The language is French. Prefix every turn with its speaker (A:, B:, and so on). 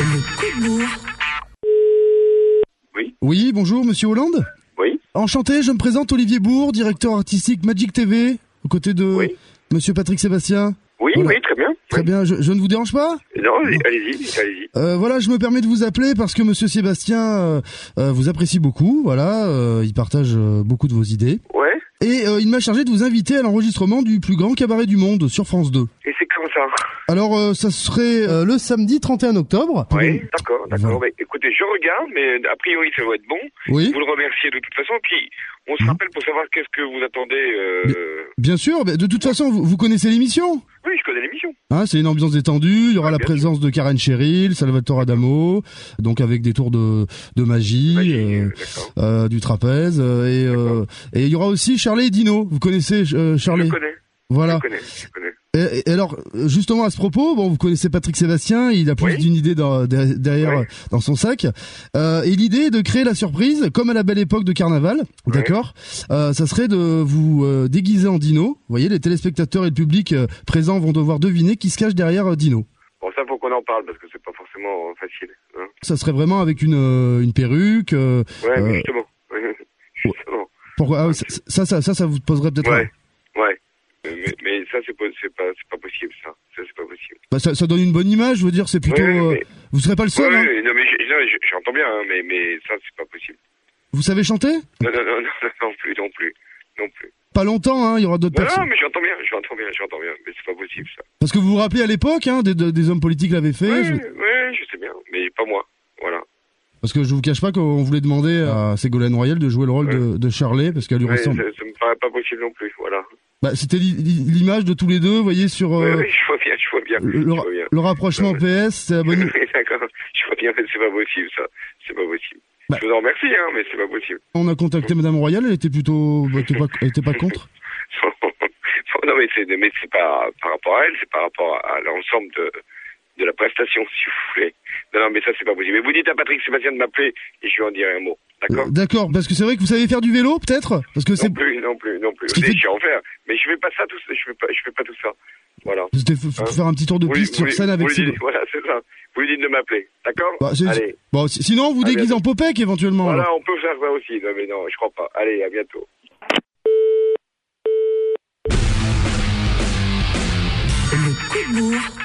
A: le coup de bourre.
B: Oui, bonjour, monsieur Hollande
C: Oui.
B: Enchanté, je me présente Olivier Bourg, directeur artistique Magic TV, aux côtés de
C: Oui.
B: monsieur Patrick Sébastien.
C: Oui,
B: Voilà.
C: oui, très bien.
B: Très
C: Oui.
B: bien, je, je ne vous dérange pas
C: Non, allez- allez-y, allez-y.
B: Euh, voilà, je me permets de vous appeler parce que Monsieur Sébastien euh, euh, vous apprécie beaucoup. Voilà, euh, il partage euh, beaucoup de vos idées
C: Ouais.
B: et euh, il m'a chargé de vous inviter à l'enregistrement du plus grand cabaret du monde sur France 2.
C: Et c'est comme ça.
B: Alors, euh, ça serait euh, le samedi 31 octobre.
C: Oui, d'accord,
B: Voilà.
C: d'accord. Bah, écoutez, je regarde, mais a priori, ça va être bon.
B: Oui,
C: Vous le remerciez de toute façon. Puis, on se
B: Mhm.
C: rappelle pour savoir qu'est-ce que vous attendez. euh,
B: bien sûr. mais De toute façon, vous, vous connaissez l'émission.
C: Oui, je connais l'émission.
B: Hein, c'est une ambiance détendue. Il y aura
C: Ouais,
B: la
C: bien
B: présence de Karen Cheryl, Salvatore Adamo, donc avec des tours de, de magie,
C: Vas-y,
B: euh,
C: euh, d'accord.
B: euh, du trapèze, euh, et, euh, et il y aura aussi Charlie et Dino. Vous connaissez euh,
C: Je
B: Charlie
C: connais,
B: Voilà.
C: je connais, je connais.
B: Et, et alors, euh, justement à ce propos, bon, vous connaissez Patrick Sébastien, il a plus
C: Oui.
B: d'une idée dans- derrière, derrière,
C: Oui.
B: euh, dans son sac. Euh, et l'idée est de créer la surprise, comme à la belle époque de Carnaval,
C: Oui.
B: d'accord Euh, Ça serait de vous euh, déguiser en Dino. Vous voyez, les téléspectateurs et le public euh, présent vont devoir deviner qui se cache derrière euh, Dino.
C: Bon, ça, faut qu'on en parle parce que c'est pas forcément euh, facile. hein.
B: Ça serait vraiment avec une, euh, une perruque. euh,
C: Ouais,
B: Euh,
C: mais justement. justement.
B: pourquoi ah, ça, ça, ça, ça, ça vous poserait peut-être.
C: Ouais, ouais. Mais, mais- mais ça, c'est pas, c'est pas, c'est pas possible, ça. Ça, c'est pas possible.
B: Bah, ça, ça donne une bonne image. Je veux dire, c'est plutôt.
C: Ouais,
B: euh,
C: mais-
B: Vous serez pas le
C: Ouais,
B: seul. hein.
C: ouais, non, mais je- non, je- j'entends bien, hein, mais, mais ça, c'est pas possible.
B: Vous savez chanter
C: Non, non, non, non, non, non plus, non plus. Non plus.
B: Pas longtemps. hein, Il y aura d'autres
C: Non,
B: personnes.
C: non, mais j'entends bien, j'entends bien, j'entends bien, mais c'est pas possible ça.
B: Parce que vous vous rappelez à l'époque, hein, des, de- des hommes politiques l'avaient fait.
C: Ouais,
B: je-
C: ouais, je sais bien, mais pas moi. Voilà.
B: Parce que je vous cache pas qu'on voulait demander à Ségolène Royal de jouer le rôle de, de Charlet parce qu'elle lui
C: Ouais, ça,
B: ressemble.
C: ça me paraît pas possible non plus, voilà.
B: Bah, C'était li- li- l'image de tous les deux, vous voyez, sur
C: Ouais,
B: euh,
C: ouais, je vois bien, je vois bien.
B: le, le
C: je
B: ra-
C: vois bien.
B: le rapprochement
C: Ouais.
B: PS. c'est la bonne-
C: D'accord, je vois bien, mais c'est pas possible ça. C'est pas possible.
B: Bah.
C: Je vous en remercie, hein, mais c'est pas possible.
B: On a contacté Madame Royal, elle était plutôt, elle était pas, elle était pas contre.
C: non, mais c'est, mais c'est pas par rapport à elle, c'est par rapport à l'ensemble de, de la prestation, si vous voulez. Non, non, mais ça, c'est pas possible. Mais vous dites à Patrick Sébastien de m'appeler et je lui en dirai un mot. D'accord Euh,
B: Euh, D'accord, parce que c'est vrai que vous savez faire du vélo, peut-être Parce que c'est-
C: Non plus, non plus, non plus.
B: Ce qui
C: Vous savez,
B: fait-
C: Je vais en faire, mais je fais pas ça tout ça. Je fais pas, je fais pas tout ça. Voilà.
B: c'était f-
C: Hein
B: f- faire un petit tour de
C: Vous lui-
B: piste
C: vous
B: sur
C: lui-
B: scène avec
C: vous lui
B: Ségolène.
C: dites, Voilà, c'est ça. Vous lui dites de m'appeler. D'accord
B: Bah, c'est-
C: Allez.
B: Bon, si- sinon, on vous
C: À
B: déguise en Popek éventuellement. alors.
C: Voilà, on peut faire ça aussi. Non, mais non, je crois pas. Allez, à bientôt.
A: Le coup de bourre.